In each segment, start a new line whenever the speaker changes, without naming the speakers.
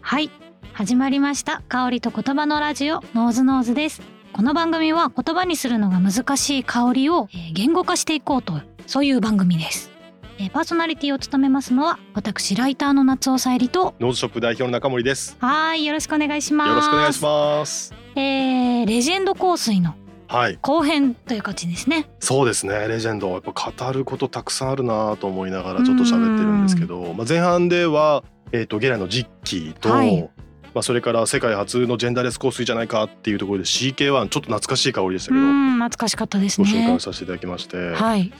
はい始まりました香りと言葉のラジオノーズノーズですこの番組は言葉にするのが難しい香りを、えー言語化していこうとそういう番組です、えーパーソナリティを務めますのは私ライターの夏尾さえりと
ノーズショップ代表の中森です。
はーいよろしくお願いします
よろしくお願いします。
えーレジェンド香水の
はい、
後編という感じですね
そうですね。レジェンドやっぱ語ることたくさんあるなと思いながらちょっと喋ってるんですけど、まあ前半ではえっ、とゲラのジッキーと、
はい
まあそれから世界初のジェンダーレス香水じゃないかっていうところで CK1 ちょっと懐かしい香りでした
う
けど。
ん懐かしかったです
ご紹介
ね
をさせていただきまして、
はい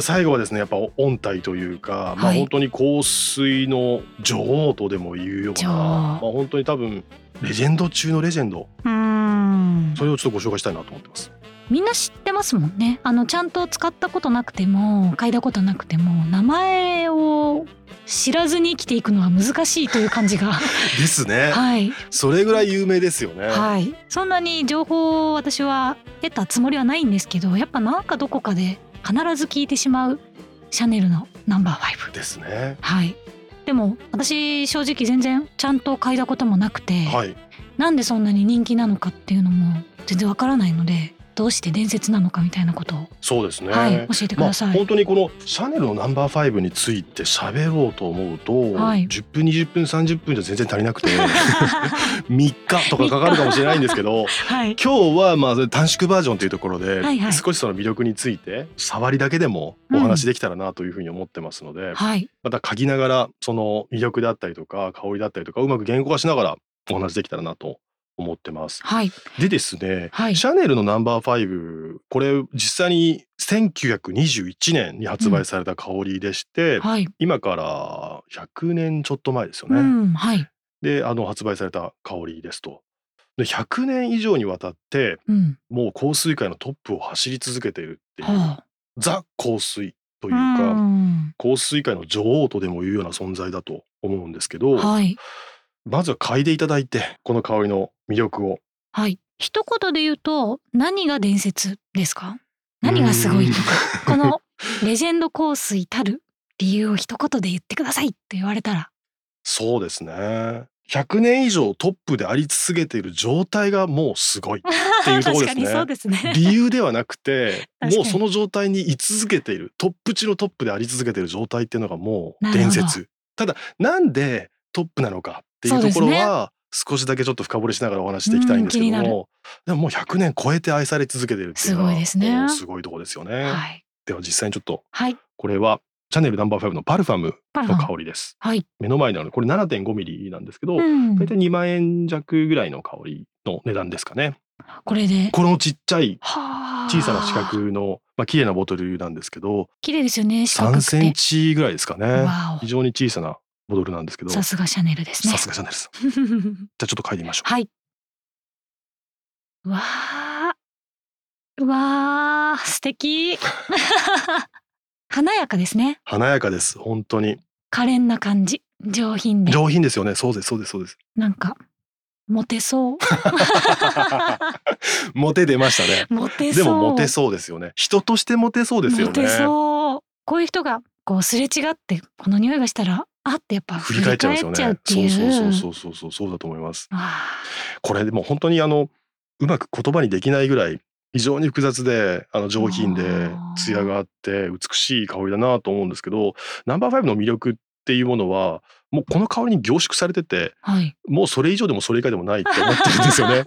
最後はですねやっぱ音体というか、ま
は
あ
い
本当に香水の女王とでも言うよう
女
な、
王
まあ本当に多分レジェンド中のレジェンド
うん
それをちょっとご紹介したいなと思ってます。
みんな知ってますもんねあのちゃんと使ったことなくても嗅いだことなくても名前を知らずに生きていくのは難しいという感じ が
ですね。
はい
それぐらい有名ですよね。
はいそんなに情報を私は得たつもりはないんですけどやっぱなんかどこかで必ず聞いてしまうシャネルのナンバーファイブ
ですね。
はいでも私正直全然ちゃんと嗅いだこともなくて、
はい。
なんでそんなに人気なのかっていうのも全然わからないのでどうして伝説なのかみたいなことを
そうですね。
はい、教えてく
ま
だ
あ、
さい。
本当にこのシャネルのナンバー5について喋ろうと思うと、
はい
10分20分30分じゃ全然足り なくて3日とかかかるかもしれないんです けど
はい、
今日はまあ短縮バージョンというところで、
はいはい
少しその魅力について触りだけでもお話できたらなというふうに思ってますので、
はい、
また嗅ぎながらその魅力であったりとか香りだったりとかうまく言語化しながらお話できたらなと思ってます。
はい、
でですね、
はい
シャネルのナンバー5これ実際に1921年に発売された香りでして、
はい、
今から100年ちょっと前ですよ
う
ね、
ん、はい、
であの発売された香りですと。で100年以上にわたって
うん、
もう香水界のトップを走り続けているっていう、
はあ、
ザ香水と
う
いうか、
ん、
香水界の女王とでもいうような存在だと思うんですけど、
はい、
まずは嗅いでいただいてこの香りの魅力を
はい、一言で言うと何が伝説ですか？何がすごいのか？このレジェンド香水たる理由を一言で言ってくださいって言われたら、
そうですね。100年以上トップであり続けている状態がもうすごい。ていうとこ
確か
ですね
にそうですね。、
理由ではなくて
確かに
もうその状態に居続けている、トップ中のトップであり続けている状態っていうのがもう伝
なる
説。ただ、なんでトップなのかっていう
そう
と
です
こ
ね
ろは、少しだけちょっと深掘りしながらお話していきたいんですけど
うん気に
も、でももう100年超えて愛され続けているっていうのは、
すごいですね
もうすごいとこですよね。
はい、
では実際にちょっと、
はい、
これは、チャネルナンバー5のパルファム
パルフ
の
ァン
香りです。
はい、
目の前にあるのこれ7.5ミリなんですけど、
うん
大、体2万円弱ぐらいの香りの値段ですかね。
これで、
このちっちゃい
はあ
小さな四角の、まあ綺麗なボトルなんですけど、
綺麗ですよね、四角くて。
3センチぐらいですかね。
わ
非常に小さなボトルなんですけ
お、
ど、
さす
さ
がシャネルですね。
すがシャネルさん。じゃあちょっと嗅いでみましょ
はい。わあ、うわあ、素敵。 華やかですね。
う。華やかです。本当に
可憐な感じ、上品で、
上品ですよね。そうですそうですそ うです。
なんかモテ そう。
モテ出ましたね。
モテそ
で
う。
もモテそうですよね。人としてモテそうですよ
モ
ね
テ。そうこういう人がこうすれ違ってこの匂いがしたら、あってやっぱ
振り返っちゃうんですよ
振り返っちゃう
ね。
っていう。
そうそうそうそうそうそうだと思います。
わあ
これでも本当にあのうまく言葉にできないぐらい非常に複雑であの上品
あ
で
ー
艶があって美しい香りだなと思うんですけどナンバーファイブの魅力っていうものはもうこの香りに凝縮されてて
はい。
もうそれ以上でもそれ以下でもないって思ってるんですよ ね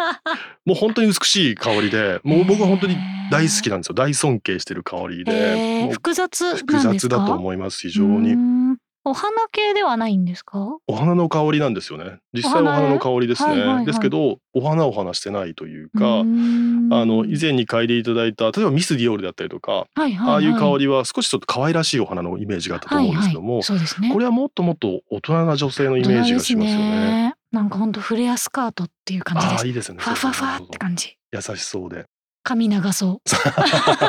もう本当に美しい香りでもう僕は本当に大好きなんですよ大尊敬してる香り
へ
で
ー
もう
複雑なんですか
複雑だと思います非常
うー
に
んお花系ではないんですか
お花の香りなんですよね実際
お
お
花ね
花の香りですね、
はいはいはい
ですけどお花を話してないというか、
うーん
あの以前に嗅いでいただいた例えばミス・ディオールだったりとか、
はいはいはい、
ああいう香りは少しちょっと可愛らしいお花のイメージがあったと思うんですけども、
はいはい、そうですね
これはもっともっと大人な女性のイメージがします
大
よね。
人ですねなんかほんとフレアスカートっていう感じで
あ
す
あいいですね。
ファファファ
そ
っ
うそう
て
そう
感じ
優しそうで
髪長そう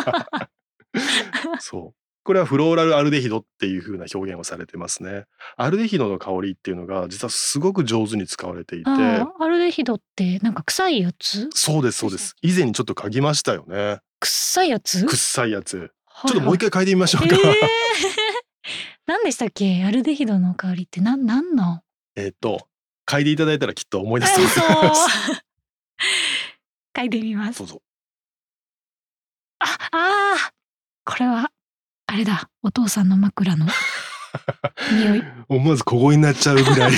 そう。これはフローラルアルデヒドっていう風な表現をされてますね。アルデヒドの香りっていうのが実はすごく上手に使われていて、
ああアルデヒドってなんか臭いやつ
そうですそうです。以前にちょっと嗅ぎましたよね。
臭いやつ
くっさいやつ。
はい
ちょっともう一回嗅いでみましょうか。
えー 何でしたっけアルデヒドの香りってなんなんの
えっと嗅いでいただいたらきっと思い出すと思い
嘘
ます。
書いてみます
どうぞ。
ああーこれはあれだお父さんの枕の匂い
思わず小声になっちゃうぐらい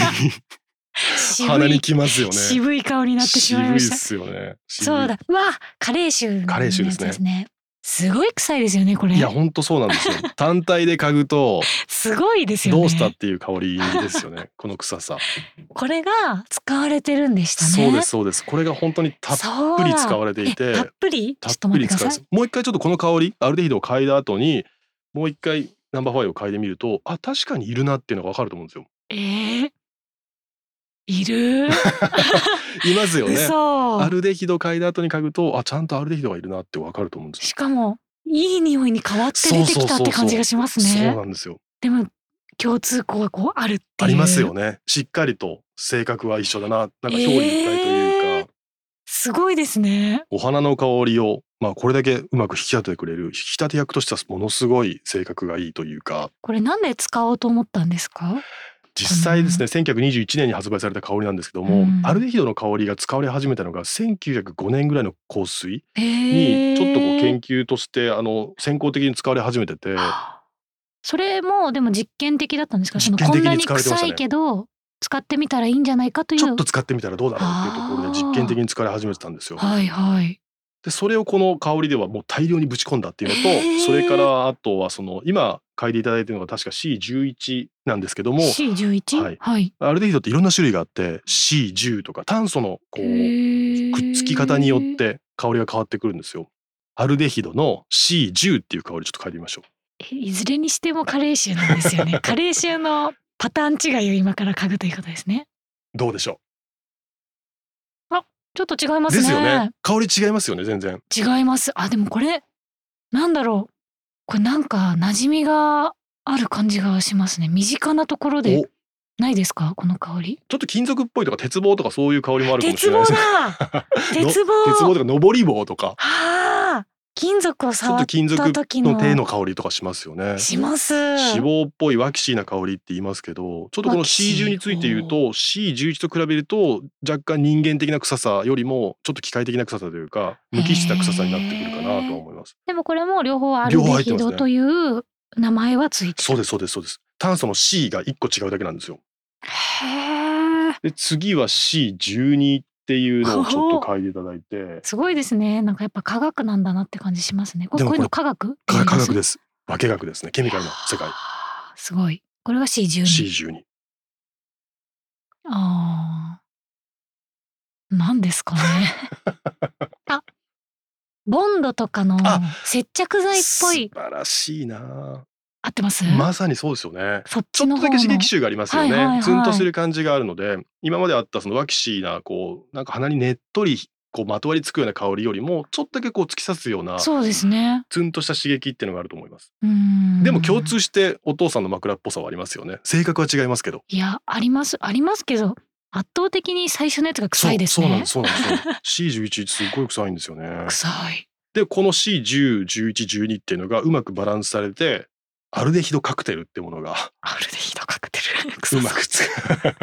渋
鼻に
い、
きますよね。
渋い顔になってしまいまし
渋
た
っすよね。渋い
そうだ。うわカレー臭
カレー臭ですね
のやつねすごい臭いですよねこれ
いや本当そうなんですよ。単体で嗅 ぐと
すごいですよね
どうしたっていう香りですよ ね。この臭さ。
これが使われてるんでしたね
そうですそうです。これが本当にたっぷり使わ
れ
れていて
たっ、ぷり
た
ちょ
っ
っと
ぷ
待っ
り
てく
使
だ
われ
さ
て
い
るもう一回ちょっとこの香りアルデヒドを嗅いだ後にもう一回ナンバーファイブを嗅いでみるとあ確かにいるなっていうのがわかると思うんですよ。
えー、いる
いますよね。
嘘
アルデヒド嗅いだ後に嗅ぐとあちゃんとアルデヒドがいるなってわかると思うんです
しかもいい匂いに変わって出てきたって感じがします
よ。そう
ね
なんですよ。
でも共通項がこうあるっていう
ありますよね。しっかりと性格は一緒だな。なんか表裏一体というか。
えーすごいですね
お花の香りを、まあ、これだけうまく引き立ててくれる引き立て役としてはものすごい性格がいいというか
これなんで使おうと思ったんですか
実際ですね、1921年に発売された香りなんですけど
う
も、
ん
アルデヒドの香りが使われ始めたのが1905年ぐらいの香水
えー
にちょっとこう研究としてあの先行的に使われ始めてて
それもでも実験的だったんですかその
実
こ
験
ん
的
な
に
に
使われてまし
臭
たね
いけど使ってみたらいいんじゃないかという
ちょっと使ってみたらどうだろうっていうところで実験的に使われ始めてたんですよ。
はいはい
でそれをこの香りではもう大量にぶち込んだっていうのと、
へー
それからあとはその今嗅いでいただいてるのが確か C11 なんですけども
C11
はい
はい、
アルデヒドっていろんな種類があって C10 とか炭素のこ
へ
う
ー
くっつき方によって香りが変わってくるんですよ。アルデヒドの C10 っていう香りちょっと嗅いでみましょ
えいずれにしても加齢臭なんですよ ね加齢臭のパターン違いを今から嗅ぐということですね
う。どうでしょ
ちょっと違いま
う。
す
で
ね
すよね。香り違いますよね全然。
違いますあでもこれなんだろうこれなんか馴染みがある感じがしますね身近なところ
お
でないですかこの香り
ちょっと金属っぽいとか鉄棒とかそういう香りもあるかもし
鉄
れない
棒
ですね。
だ
の
鉄棒
鉄棒とか登り棒とか
はあ金属を
ちょっ
触
と
っ
金属
た時の
の手の香りとかしますよね。
します
脂肪っぽいワキシーな香りって言いますけどちょっとこの
ワキシー
C10 について言うと C11 と比べると若干人間的な臭さよりもちょっと機械的な臭さというか無機質な臭さになってくるかなとは思います。
でもこれも両方アル
両
デ
方入って
ヒ
ますね
ドという名前はついて
そう
る
ですそうですそうです。炭素の C が1個違うだけなんですよ。
へえ
で次は C12 っていうのをちょっと書いていただいて
すごいですねなんかやっぱ科学なんだなって感じしますねこ
で
れ
も
こ
こ
うい
れ
うの科学
科科学
で
です。化学ですね。ケミカルの世界
すごいこれが C12
C12。
ああ。なんです かね。あ、ボンドとかの
あ
接着剤っぽい
素。晴らしいな。
合ってます。
まさにそうですよね。
そっ
ち
ち
ょっ
の
とだ
方の。
け刺激臭がありますよね。
はいはいはい
ツンとする感じがあるので、今まであったそのワキシーなこうなんか鼻にねっとりこうまとわりつくような香りよりもちょっとだけこう突き刺すような
そうですね。
ツンとした刺激っていうのがあると思います。
うーん。
でも共。通してお父さんの枕っぽさはありますよね。性格は違いますけど。
いや、あります。ありますけど、圧倒的に最初のやつが臭いです
そうそうなん
ね
です。。そうなんですそうなんです。C11 すっごい臭いんで すよね。
臭い。
でこの C10、11、12っていうのがうまくバランスされて。アルデヒドカクテルってものが
アルデヒドカクテル。
う
臭
ま
そ
くつく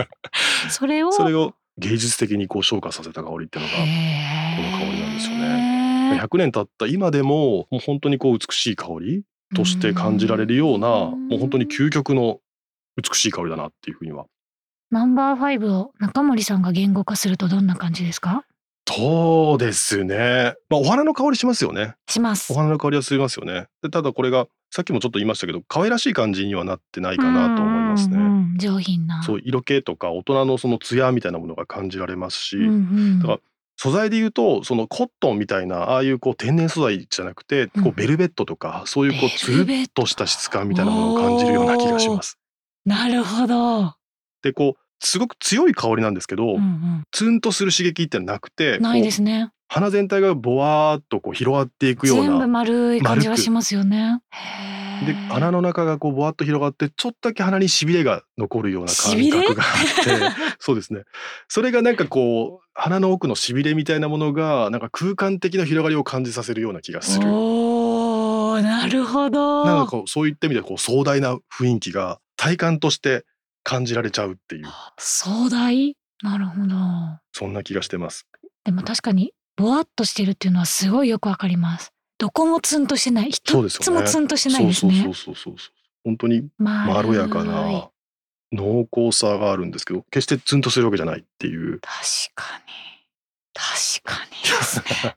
う それを。
それを芸術的にこう昇華させた香りっていうのが
へ
この香りなんですよ
ね
100年経った今でももう本当にこう美しい香りとして感じられるようなもう本当に究極の美しい香りだなっていうふうには
ナンバーファイブを中森さんが言語化するとどんな感じですか
そうですね、まあ、お花の香りしますよね
します
お。花の香りはしますよねでただこれがさっきもちょっと言いましたけど可愛らしい感じにはなってないかなと思いま
う
す
ん
ね
うんうん上品な。
そう色気とか大人のその艶みたいなものが感じられますし、
うんうん
だから素材で言うとそのコットンみたいなああいうこう天然素材じゃなくてこ
う
うんベルベットとかそういうこうつるっとした質感みたいなものを感じるような気がします。
なるほど。
でこうすごく強い香りなんですけど、
うんうん
ツンとする刺激ってなくて
ないで
こ
すね。
う鼻全体がボワーっとこう広がっていくよう
全部
な
丸い感じ
丸
は
く
しますよね。
で鼻
の
の中がこうボワーっと広がってちょっとだけ鼻にしびれが残るような感
痺れ
覚が あってそうですねそれがなんかこう鼻の奥のしびれみたいなものがなんか空間的な広がりを感じさせるような気がする。
おお、なるほど。
なんかこうそういった意味でこう壮大な雰囲気が体感として感じられちゃうっていう
壮大。なるほど
そんな気がしてます。
でも確かにぼわっとしてるっていうのはすごいよくわかりますどこもツンとしてない
そう
一
です
つ
よね
もツンとしてないです
そ
ね
うそうそうそうそう。本当にま
ま
ろやかな濃厚さがあるんですけど、決してツンとするわけじゃないっていう。
確かに確かにですね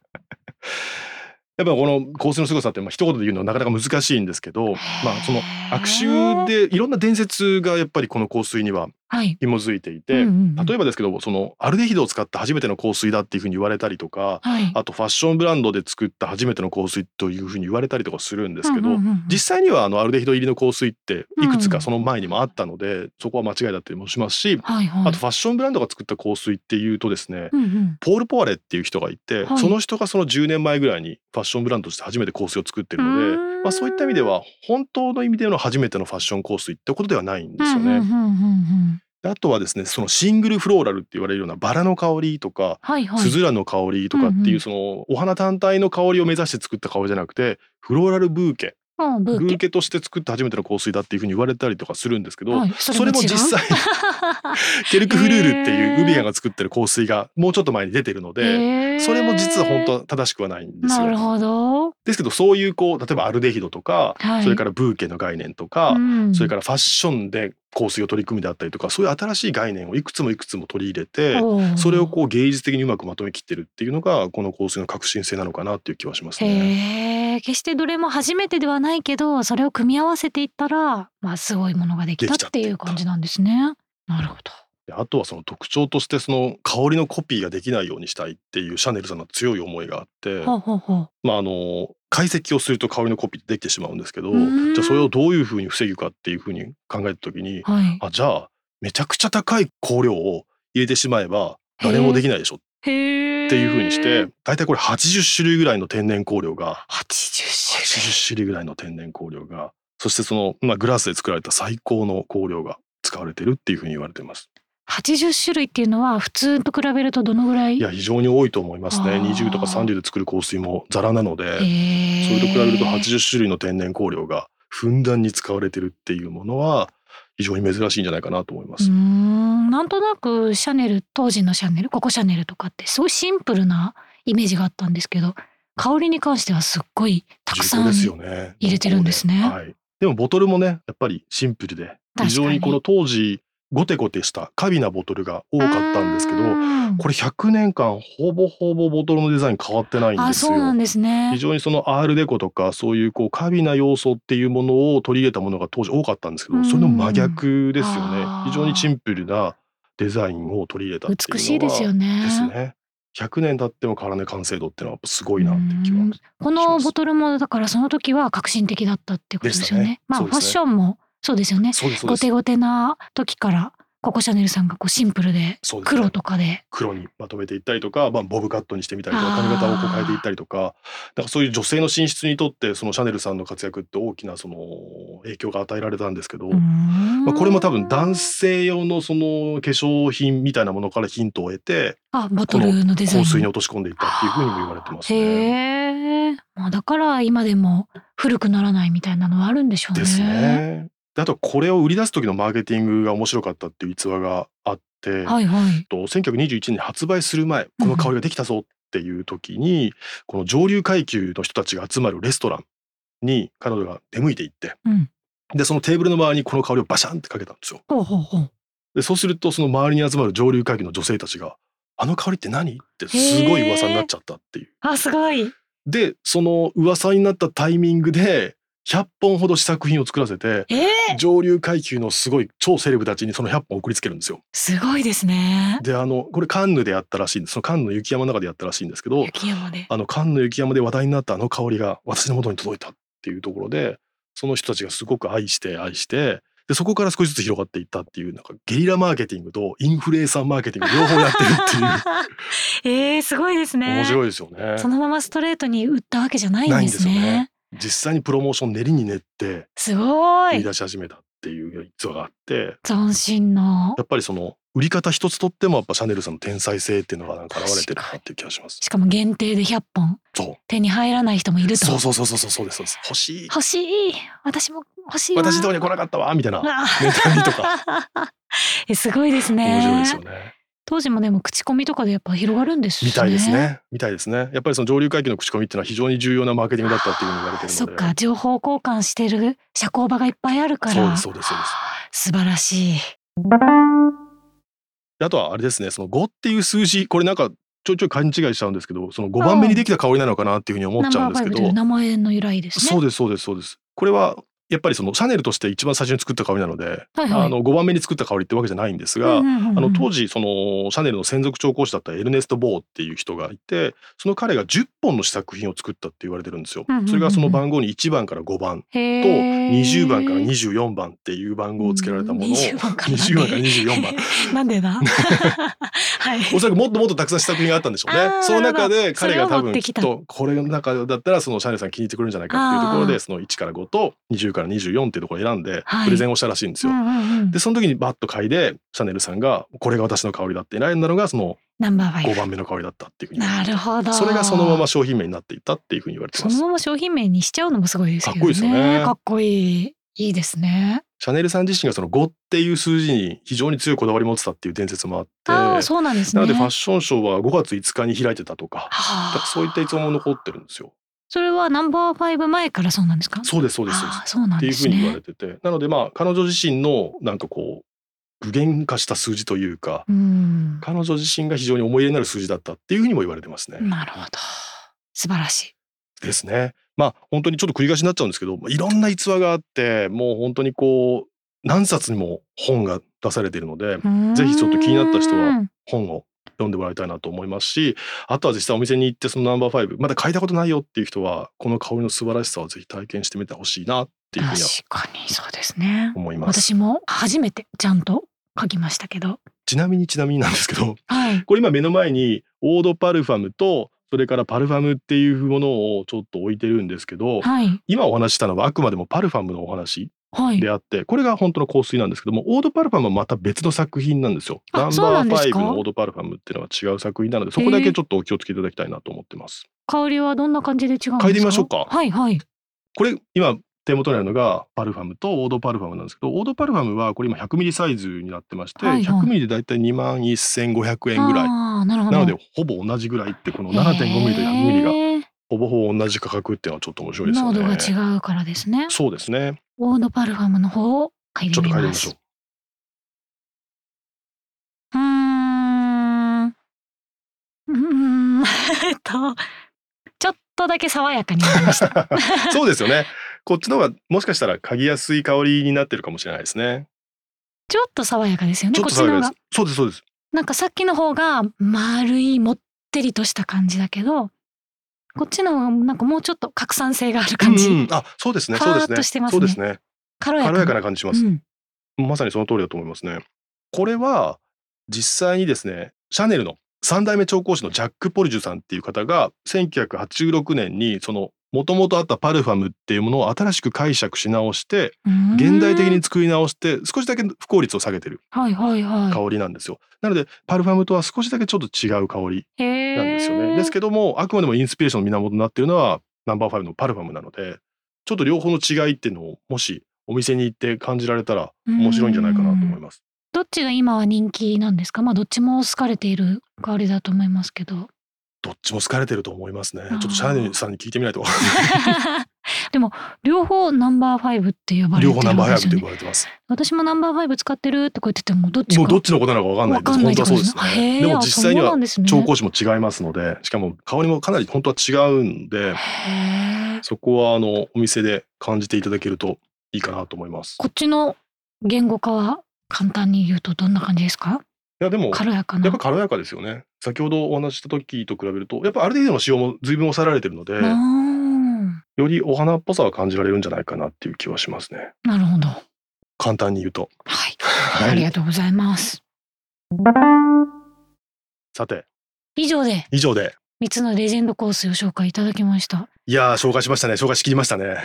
やっぱこの香水の凄さってまあ一言で言うのはなかなか難しいんですけど、まあその悪臭でいろんな伝説がやっぱりこの香水には
はい
紐づいていて、
うんうんうん
例えばですけどそのアルデヒドを使った初めての香水だっていうふうに言われたりとか
はい
あとファッションブランドで作った初めての香水というふうに言われたりとかするんですけど、
うんうんうんうん
実際にはあのアルデヒド入りの香水っていくつ
う
か
ん
その前にもあったので、そこは間違いだったりもしますし、
はいはい
あとファッションブランドが作った香水っていうとですね、
うんうん
ポール・ポワレっていう人がいて、
はい
その人がその10年前ぐらいにファッションブランドとして初めて香水を作ってるの
うー
で、
ん
まあ、そういった意味では本当の意味での初めてのファッション香水ってことではないんですよね。
うんうんうんうんうん
であとはですねそのシングルフローラルって言われるようなバラの香りとか
はいはい
スズラの香りとかって
うん
い
うん
うそのお花単体の香りを目指して作った香りじゃなくてフローラルブーケ
うんブ
ブ
ー
ー
ケ
ケとして作った初めての香水だっていうふうに言われたりとかするんですけど、
はいそ
それも
違う
実際ケルクフルールって
へ
い
ー
うウビアが作ってる香水がもうちょっと前に出てるので、
へー
それも実は本当は正しくはないんです
なる
よ。
ほど、
ですけどそういうこう例えばアルデヒドとか、
はい、
それからブーケの概念とか、
うん
それからファッションで香水を取り組みであったりとかそういう新しい概念をいくつもいくつも取り入れて
おー
それをこう芸術的にうまくまとめきってるっていうのがこの香水の革新性なのかなっていう気はしますね。
へえ決してどれも初めてではないけどそれを組み合わせていったらまあすごいものができた
できちゃ
っ
ってて
いう感じなんですね。なるほど。
であとはその特徴としてその香りのコピーができないようにしたいっていうシャネルさんの強い思いがあって、
ほうほうほう。
まあ、あの解析をすると香りのコピーってできてしまうんですけど
うーん
じゃあそれをどういうふうに防ぐかっていうふうに考えた時に
はい。
あじゃあめちゃくちゃ高い香料を入れてしまえば誰もできないでしょ
へえ。
っていうふうにして。大体これ80種類ぐらいの天然香料が
八十種類。
80種類ぐらいの天然香料がそしてその、まあ、グラスで作られた最高の香料が使われてるっていうふうに言われてます。
八十種類っていうのは普通と比べるとどのぐらい？
いや非常に多いと思いますね
あー
20とか30で作る香水もザラなので
へえ。
それと比べると80種類の天然香料がふんだんに使われてるっていうものは非常に珍しいんじゃないかなと思いま
うー
す。
んなんとなくシャネル当時のシャネルここシャネルとかってすごいシンプルなイメージがあったんですけど香りに関してはすっごいたくさ
重厚
ん
ですよね。
入れてるんですね
はい。でもボトルもねやっぱりシンプルで
かに
非常にこの当時ゴテゴテしたカビなボトルが多かったんですけど
うん
これ100年間ほぼほぼボトルのデザイン変わってないん
あ
です
そうな
よ
ん。ですね。
非常にそのアールデコとかそういうこうカビな要素っていうものを取り入れたものが当時多かったんですけ
う
ど
ん
それの真逆ですよね
あー
非常にシンプルなデザインを取り入れたっていうのは
美しいですよね。
ですね100年経っても変わらない完成度っていうのはやっぱすごいなっていう気
うん
は
このボトルもだからその時は革新的だったっていうことですよね。
でしたね
まあ、
そう
フ
で
ァ
す
ッ
ね
ションもそうですよね。
そうですそう
ゴ
で
テ
す
ゴテな時からココシャネルさんがこうシンプルで
そうですね
黒とかで。
黒にまとめていったりとか、まあ、ボブカットにしてみたりと
あ
か
ー
髪型をこう変えていったりとかなんかそういう女性の進出にとってそのシャネルさんの活躍って大きなその影響が与えられたんですけど、ま
ま
あ、これも多分男性用のその化粧品みたいなものからヒントを得て
あボトルのデザイン。
香水に落とし込んでいったっていうふうにも言われてますね。
へえ。まあだから今でも古くならないみたいなのはあるんでしょうね。
ですね。であとこれを売り出す時のマーケティングが面白かったっていう逸話があって、
はいはい。
と1921年に発売する前この香りができたぞっていう時に、この上流階級の人たちが集まるレストランに彼女が出向いていって
うん。
でそのテーブルの周りにこの香りをバシャンってかけたんですよ。
ほうほうほう。
でそうするとその周りに集まる上流階級の女性たちが「あの香りって何?」ってすごい噂になっちゃったっていう。
あすごい。
でその噂になったタイミングで100本ほど試作品を作らせて
ええ
上流階級のすごい超セレブたちにその100本送りつけるんですよ。
すごいですね。
であのこれカンヌでやったらしいんですそのカンヌの雪山の中でやったらしいんですけど
雪山で。
あのカンヌ雪山で話題になったあの香りが私の元に届いたっていうところでその人たちがすごく愛して愛してでそこから少しずつ広がっていったっていうなんかゲリラマーケティングとインフルエンサーマーケティング両方やってる ってい
え
う
ー、すごいですね。
面白いですよね
そのままストレートに売ったわけじゃないんですね。
ないんですよね実際にプロモーション練りに練って
すご
売り
い
出し始めたっていう逸話があって
斬新な
や。っぱりその売り方一つとってもやっぱシャネルさんの天才性っていうのがなんか現れてるなっていう気がします
しかも限定で100本
そ
手に入らない人もいる
う
と。
そうそうそうそうそうそうですそうです欲しい
欲しい私も欲しいわ。
私 のとこには来なかったわみたいな妬みと
か。えすごいですね。
面白いですよね
当時もでも口コミとかでやっぱ広がるんですね
みたいですね。みたいですね。やっぱりその上流階級の口コミっていうのは非常に重要なマーケティングだったっていうふうに言われてるの
そ
で。
っか情報交換してる社交場がいっぱいあるから
そうですそうですそうです
素晴らしい
であとはあれですね、その5っていう数字、これなんかちょいちょい勘違いしちゃうんですけど、その5番目にできた香りなのかなっていうふうに思っちゃうんですけ
ナンバーファイブという
ど、
名前の由来ですね
そうですそうですそうです。これはやっぱりそのシャネルとして一番最初に作った香りなので、
はいはい
あの5番目に作った香りってわけじゃないんですが、あの当
時
時そのシャネルの専属調香師だったエルネスト・ボーっていう人がいてその彼が10本の試作品を作ったって言われてるんですよ
うんうんうんう。ん
それがその番号に1番から5番
と
と20番から24番っていう番号をつけられたものを
20
20
番から
番から24番
なん でだはい
おそらくもっともっとたくさん試作品があったんでしょう
あ
ね
ー。
その中
な
で
るほど
彼が多
それを持っ
分
て
き
き
ったとこれの中だったらそのシャネルさん気に入ってくれるんじゃないかっていうところ
あ
で
ー
その1から5と20から24っていうところを選んで
はい
プレゼンをしたらしいんです
う
よ。
んうんうん
でその時にバッと嗅いでシャネルさんがこれが私の香りだって選んだのがその
ナンバーファイ
5
ブ
番目の香りだったっていうふうに
なるほど
それがそのまま商品名になっていったっていうふうに言われて
そ
ま
の
す。
まま商品名にしちゃうのもすごいですけどね
かっこいいですよね
かっこいいいいですね
シャネルさん自身がその5っていう数字に非常に強いこだわりを持ってたっていう伝説もあって
ああそうなんですね
なのでファッションショーは5月5日に開いてたとか
は
だから
あ
そういった逸話も残ってるんですよ。
それはナンバーファイブ前からそうなんですか
そうですそうですそうです
ああそうな
っ
ん
てい
で
うふ
す
うに言わ
ね
れててなのでまあ彼女自身のなんかこう具現化した数字というか
うん
彼女自身が非常に思い入れになる数字だったっていうふうにも言われてますね。
なるほど素晴らしい
ですね。まあ本当にちょっと繰り返しになっちゃうんですけどいろんな逸話があってもう本当にこう何冊にも本が出されているのでぜひちょっと気になった人は
うん
本を読んでもらいたいなと思いますしあとは実際お店に行ってそのナンバーファイブまだ書いたことないよっていう人はこの香りの素晴らしさをぜひ体験してみてほしいなっていうふうには
確かにそうですね
思います。
私も初めてちゃんと書きましたけど
ちなみにちなみになんですけど
はい
これ今目の前にオードパルファムとそれからパルファムっていうものをちょっと置いてるんですけど
はい
今お話ししたのはあくまでもパルファムのお話
はい
であってこれが本当の香水なんですけどもオードパルファムはまた別の作品なんですよ。
あ
ナン
そうな
バ
ん
ー
で
ファ
す
イ
か
ブのオードパルファムっていうのは違う作品なのでそこだけちょっとお気をつけいただきたいなと思ってます。
香りはどんな感じで違うんですか
嗅いでみましょうか
はいはい
これ今手元にあるのがパルファムとオードパルファムなんですけどオードパルファムはこれ今 100ml サイズになってまして、
はいはい
100ml でだいたい2万1500円ぐらい
ああなるほど
なのでほぼ同じぐらいってこの 7.5mm と 100mm が
へー
ほぼほぼ同じ価格っていうのはちょっと面白いですよ
濃
ね。
度が違うからですね
そうですね。
オードパルファムの方を嗅い
ち
で
ょっ
み
と嗅いでみ
ま
ましょう
す。うーんうーん えっとちょっとだけ爽やかになりま した
そうですよね。こっちの方がもしかしたら嗅ぎやすい香りになってるかもしれないですね。
ちょっと爽やかですよね
ちょっ
ことっちの
爽
方
や
が
かです。そうですそうです。
なんかさっきの方が丸いもってりとした感じだけどこっちの方がなんかもうちょっと拡散性がある感じ、
うんうんあそうですねそうです
ふわーっ
ね。
としてます
そ
ね
うですね。
軽やか
軽
な
やかな感じします。
うん
まさにその通りだと思いますね。これは実際にですねシャネルの3代目調香師のジャック・ポルジュさんっていう方が1986年にそのもともとあったパルファムっていうものを新しく解釈し直して
うーん
現代的に作り直して少しだけ不効率を下げてる
はいはいは
香りなんですよ。なのでパルファムとは少しだけちょっと違う香り
いへー
なんですよね。ですけどもあくまでもインスピレーションの源になっているのはナンバーファイブのパルファムなのでちょっと両方の違いっていうのをもしお店に行って感じられたら面白いんじゃないかなと思います。
どっちが今は人気なんですかまあどっちも好かれている香りだと思いますけ ど
どっちも好かれてると思いますね。ち
あー
ょっとシャネルさんに聞いて みないと分か
でも両方ナンバーファイブって呼ば
らな
れてる
い。両方ナンバー
わ
フ
け
ァイ
ですよ
ブと
ね
呼ばれてます。
私もナンバーファイブ使ってるとか言っててもどっち
も
か
うどっちのことなのか分かんない
わ
で
か
す。
んないってこ
本当は
と
そうですね。
ね
でも実際
あそ
に
うな
は
んですね
調香師も違いますので、しかも香りもかなり本当は違うんで、
へー
そこはあのお店で感じていただけるといいかなと思います。
こっちの言語化は簡単に言うとどんな感じですか
いやでも
軽やかな
やっぱ軽やかですよね。先ほどお話しした時と比べると、やっぱある程度の使用も随分抑えられてるので、
うーん
よりお花っぽさは感じられるんじゃないかなっていう気はしますね。
なるほどは
簡単に言うと。
いありがとうございます
さて、
以上で
以上で。
3つのレジェンドコースを紹介いただきました
いやー、紹介しましたね。紹介しきりましたね。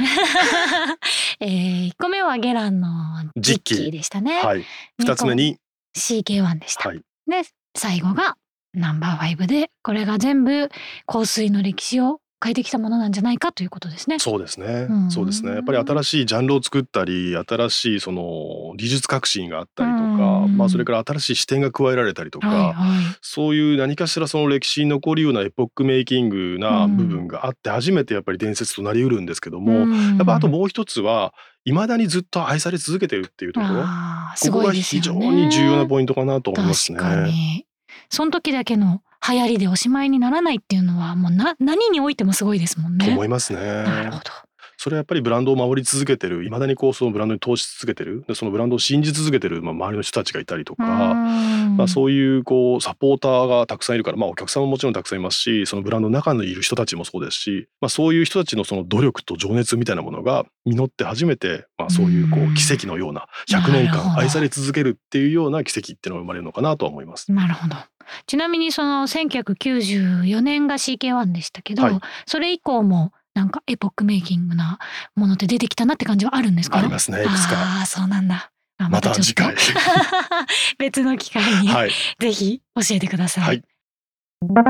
えー、1個目はゲランの
実機
実機でしたね。
はい。二つ目に、
CK1 でした。
はい。
で最後がナンバーファイブでこれが全部香水の歴史を変えてきたものなんじゃないかということですね。
そうですね
う。ん
そうですね。やっぱり新しいジャンルを作ったり、新しいその技術革新があったりとか
う、ん
まあそれから新しい視点が加えられたりとか、
はいはい。
そういう何かしらその歴史に残るようなエポックメイキングな
うん
部分があって初めてやっぱり伝説となりうるんですけども、
ん
やっぱあともう一つはいまだにずっと愛され続けてるっていうところ
あーす
ここ
ご
が
いです
非
よね。
常に重要なポイントかなと思います
確
ね。
かに。その時だけの流行りでおしまいにならないっていうのはもうな何においてもすごいですもん
と
ね。
思いますね。
なるほど。
それはやっぱりブランドを守り続けてるいまだにこうそのブランドに投資し続けてるでそのブランドを信じ続けてる、まあ、周りの人たちがいたりとか、まあ、
う
そういうこうサポーターがたくさんいるから、まあ、お客さんももちろんたくさんいますしそのブランドの中にいる人たちもそうですし、まあ、そういう人たちのその努力と情熱みたいなものが実って初めて、まあ、そういうこ
うん
う奇跡のような100年
なるほ
間
ど
愛され続けるっていうような奇跡っていうのが生まれるのかなとは思います。
んなるほど。ちなみにその1994年が CK1 でしたけど、
はい
それ以降もなんかエポックメイキングなものって出てきたなって感じはあるんですか
ありますねいくつか。
ああーそうなんだ。あ
また
ちょっと
次回。
別の機会に、
はい、
ぜひ教えてください。
はい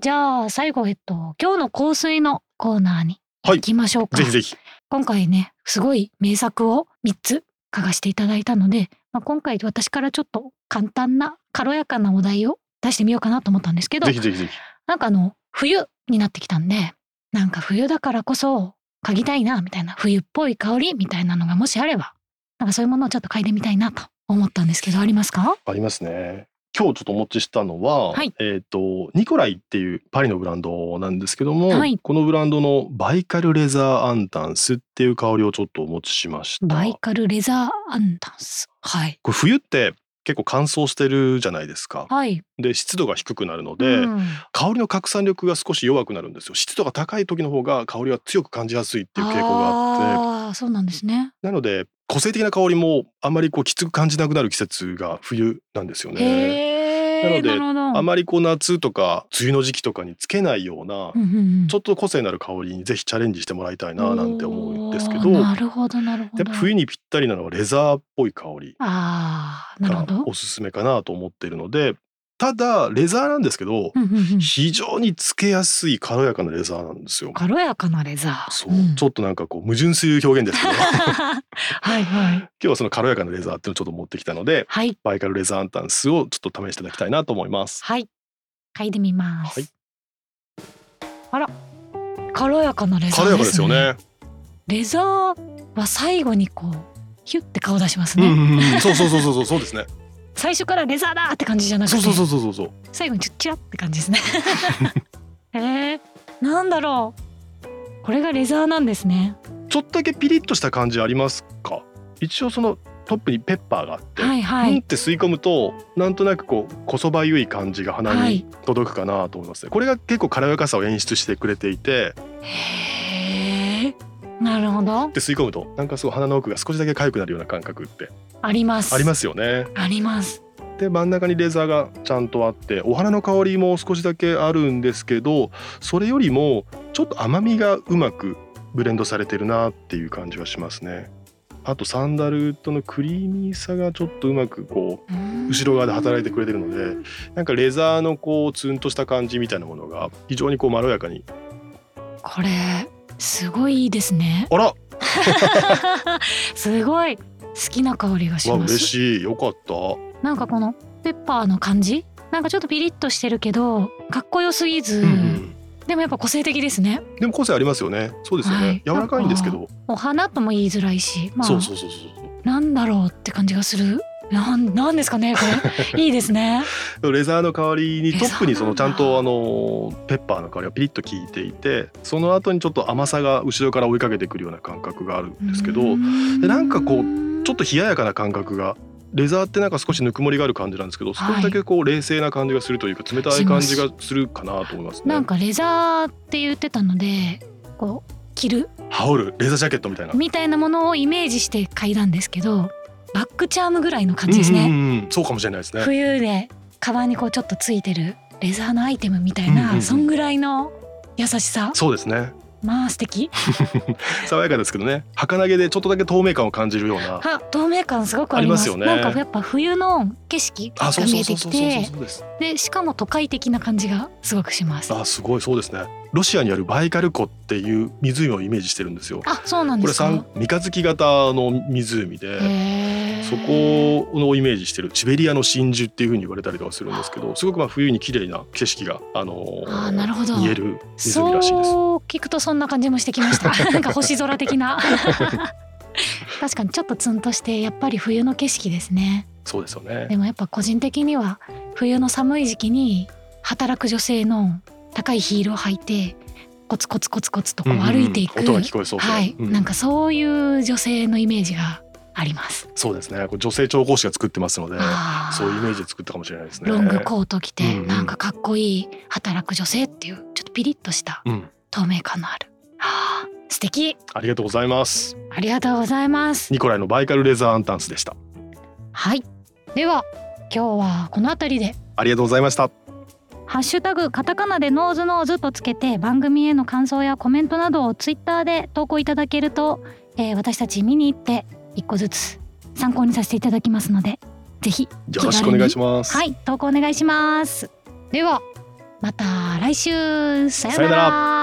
じゃあ最後えっと今日の香水のコーナーに
はい
行きましょうか。
ぜひぜひ
今回ねすごい名作を3つ書かせていただいたので、まあ、今回私からちょっと簡単な軽やかなお題を出してみようかなと思ったんですけど
ぜひぜひぜひ。
なんかあの冬になってきたんでなんか冬だからこそ嗅ぎたいなみたいな冬っぽい香りみたいなのがもしあればなんかそういうものをちょっと嗅いでみたいなと思ったんですけどありますか
ありますね。今日ちょっとお持ちしたのは、
はい
えっ、とニコライっていうパリのブランドなんですけども、
はい
このブランドのバイカルレザーアンタンスっていう香りをちょっとお持ちしました。
バイカルレザーアンダンスはい
これ冬って結構乾燥してるじゃないですか。
はい
で湿度が低くなるので、
うん
香りの拡散力が少し弱くなるんですよ。湿度が高い時の方が香りは強く感じやすいっていう傾向があって、
あーそうなんですね
なので個性的な香りもあんまりこうきつく感じなくなる季節が冬なんですよね。な
へえ
ので
なるほど
あまりこう夏とか梅雨の時期とかにつけないような、
うんうんうん
ちょっと個性のある香りにぜひチャレンジしてもらいたいななんて思うんですけ
お
ど
ー
や
なるほどなるほど
っぱ冬にぴったりなのはレザーっぽい香り
ああなるほ
が
ど
おすすめかなと思っているのでただレザーなんですけど
うんうんうん
非常につけやすい軽やかなレザーなんですよ。
軽やかなレザー
そう
うん
ちょっとなんかこう矛盾する表現ですけ ど今
はいはい
日はその軽やかなレザーっていうのをちょっと持ってきたので
はい
バイカルレザーアンタンスをちょっと試していただきたいなと思います。
はい嗅いでみます、
はい
あら軽やかなレザー
軽やかですよね。
レザーは最後にこうヒュって顔出します
うん
ね、
うんうん、そうそうそうそうそうそうですね。
最初からレザーだって感じじゃなくて
そうそうそうそうそうそう。
最後にチュッチュラって感じです ねへえなんだろうこれがレザーなんですね
ちょっとだけピリッとした感じありますか一応そのトップにペッパーがあって、
はいは
うんっ
い
て吸い込むとなんとなくこうこそばゆい感じが鼻
はい
に届くかなと思いますね、これが結構軽やかさを演出してくれていて
へえなるほど
で吸い込むとなんかすごい鼻の奥が少しだけ痒くなるような感覚って
あります
ありますすよね
あります
で真ん中にレザーがちゃんとあってお花の香りも少しだけあるんですけどそれよりもちょっと甘みがうまくブレンドされてるなっていう感じがしますねあとサンダルウッドのクリーミーさがちょっとうまくこう
後
後ろ側で働いてくれてるのでなんかレザーのこうツンとした感じみたいなものが非常にこうまろやかに
これすごいいいですね
あらわ
すごい好きな香りがしま
嬉
す
しいよかったう
なんかこのペッパーの感じなんかちょっとピリッとしてるけどかっこよすぎず、
んうん
でもやっぱ個性的ですね
でも個性ありますよねそうですよね、
はい
柔らかいんですけど、
お花とも言いづらいしまあ
そうそうそうそうそう
なんだろうって感じがする。なん、なんですかね、こ れ。いいですね。
レザーの代わりに
レ
ト
ザー
ップにそのちゃんとあのペッパーの香りがピリッと効いていてその後にちょっと甘さが後ろから追いかけてくるような感覚があるんですけど
うー
ち
ん、
でなんかこ
う
ょっと冷ややかな感覚がレザーってなんか少しぬくもりがある感じなんですけど
はい
少しだけこう冷静な感じがするというか冷たい感じがするかなと思います
な
ね
ん。かレザーって言ってたので、こう着る
羽織るレザージャケットみたいな
みたいなものをイメージして嗅いだんですけど、バックチャームぐらいの感じです
うんう
ね。
んうんそうかもしれないですね。
冬でカバンにこうちょっとついてるレザーのアイテムみたい
うんうんう
な、
ん
そんぐらいの優しさ。
そうですね。
まあ素敵
爽やかですけどね儚げでちょっとだけ透明感を感じるような
あ透明感すごくあります
ありますよね
なんかやっぱ冬の景色が
あそうそ
見
う
えて
そう
き
そうそ
て
うそうそうです
でしかも都会的な感じがすごくしますあ
あすごいそうですねロシアにあるバイカル湖っていう湖をイメージしてるんですよ
そうなん
こ
で
れ
すか
三三日月型の湖で
へー
そこをイメージしてるシベリアの真珠っていうふうに言われたりとかするんですけどすごくまあ冬に綺麗な景色が、あのー
あーなるほど
見える
そ
湖らしいです。
う聞くとそんな感じもしてきました なんか星空的な 確かにちょっとツンとしてやっぱり冬の景色ですね
そうですよね
でもやっぱ個人的には冬の寒い時期に働く女性の高いヒールを履いてコツコツコツコツとこう
うんうんうん
歩いていく、
音が聞こえそうで
はい、
うん
なんかそういう女性のイメージがあります。
そうですねこれ女性調香師が作ってますので
あー
そういうイメージで作ったかもしれないですね。
ロングコート着て、
うんうん
なんかかっこいい働く女性っていうちょっとピリッとした
うん、
透明感のある。あー素敵
ありがとうございます。
ありがとうございます。
ニコライのバイカルレザーアンタンスでした。
はいでは今日はこの辺りで
ありがとうございました。
ハッシュタグカタカナでノーズノーズとつけて番組への感想やコメントなどをツイッターで投稿いただけると、えー私たち見に行って一個ずつ参考にさせていただきますのでぜひ
よろしくお願いします。
はい投稿お願いしますではまた来週さよう
さよ
なら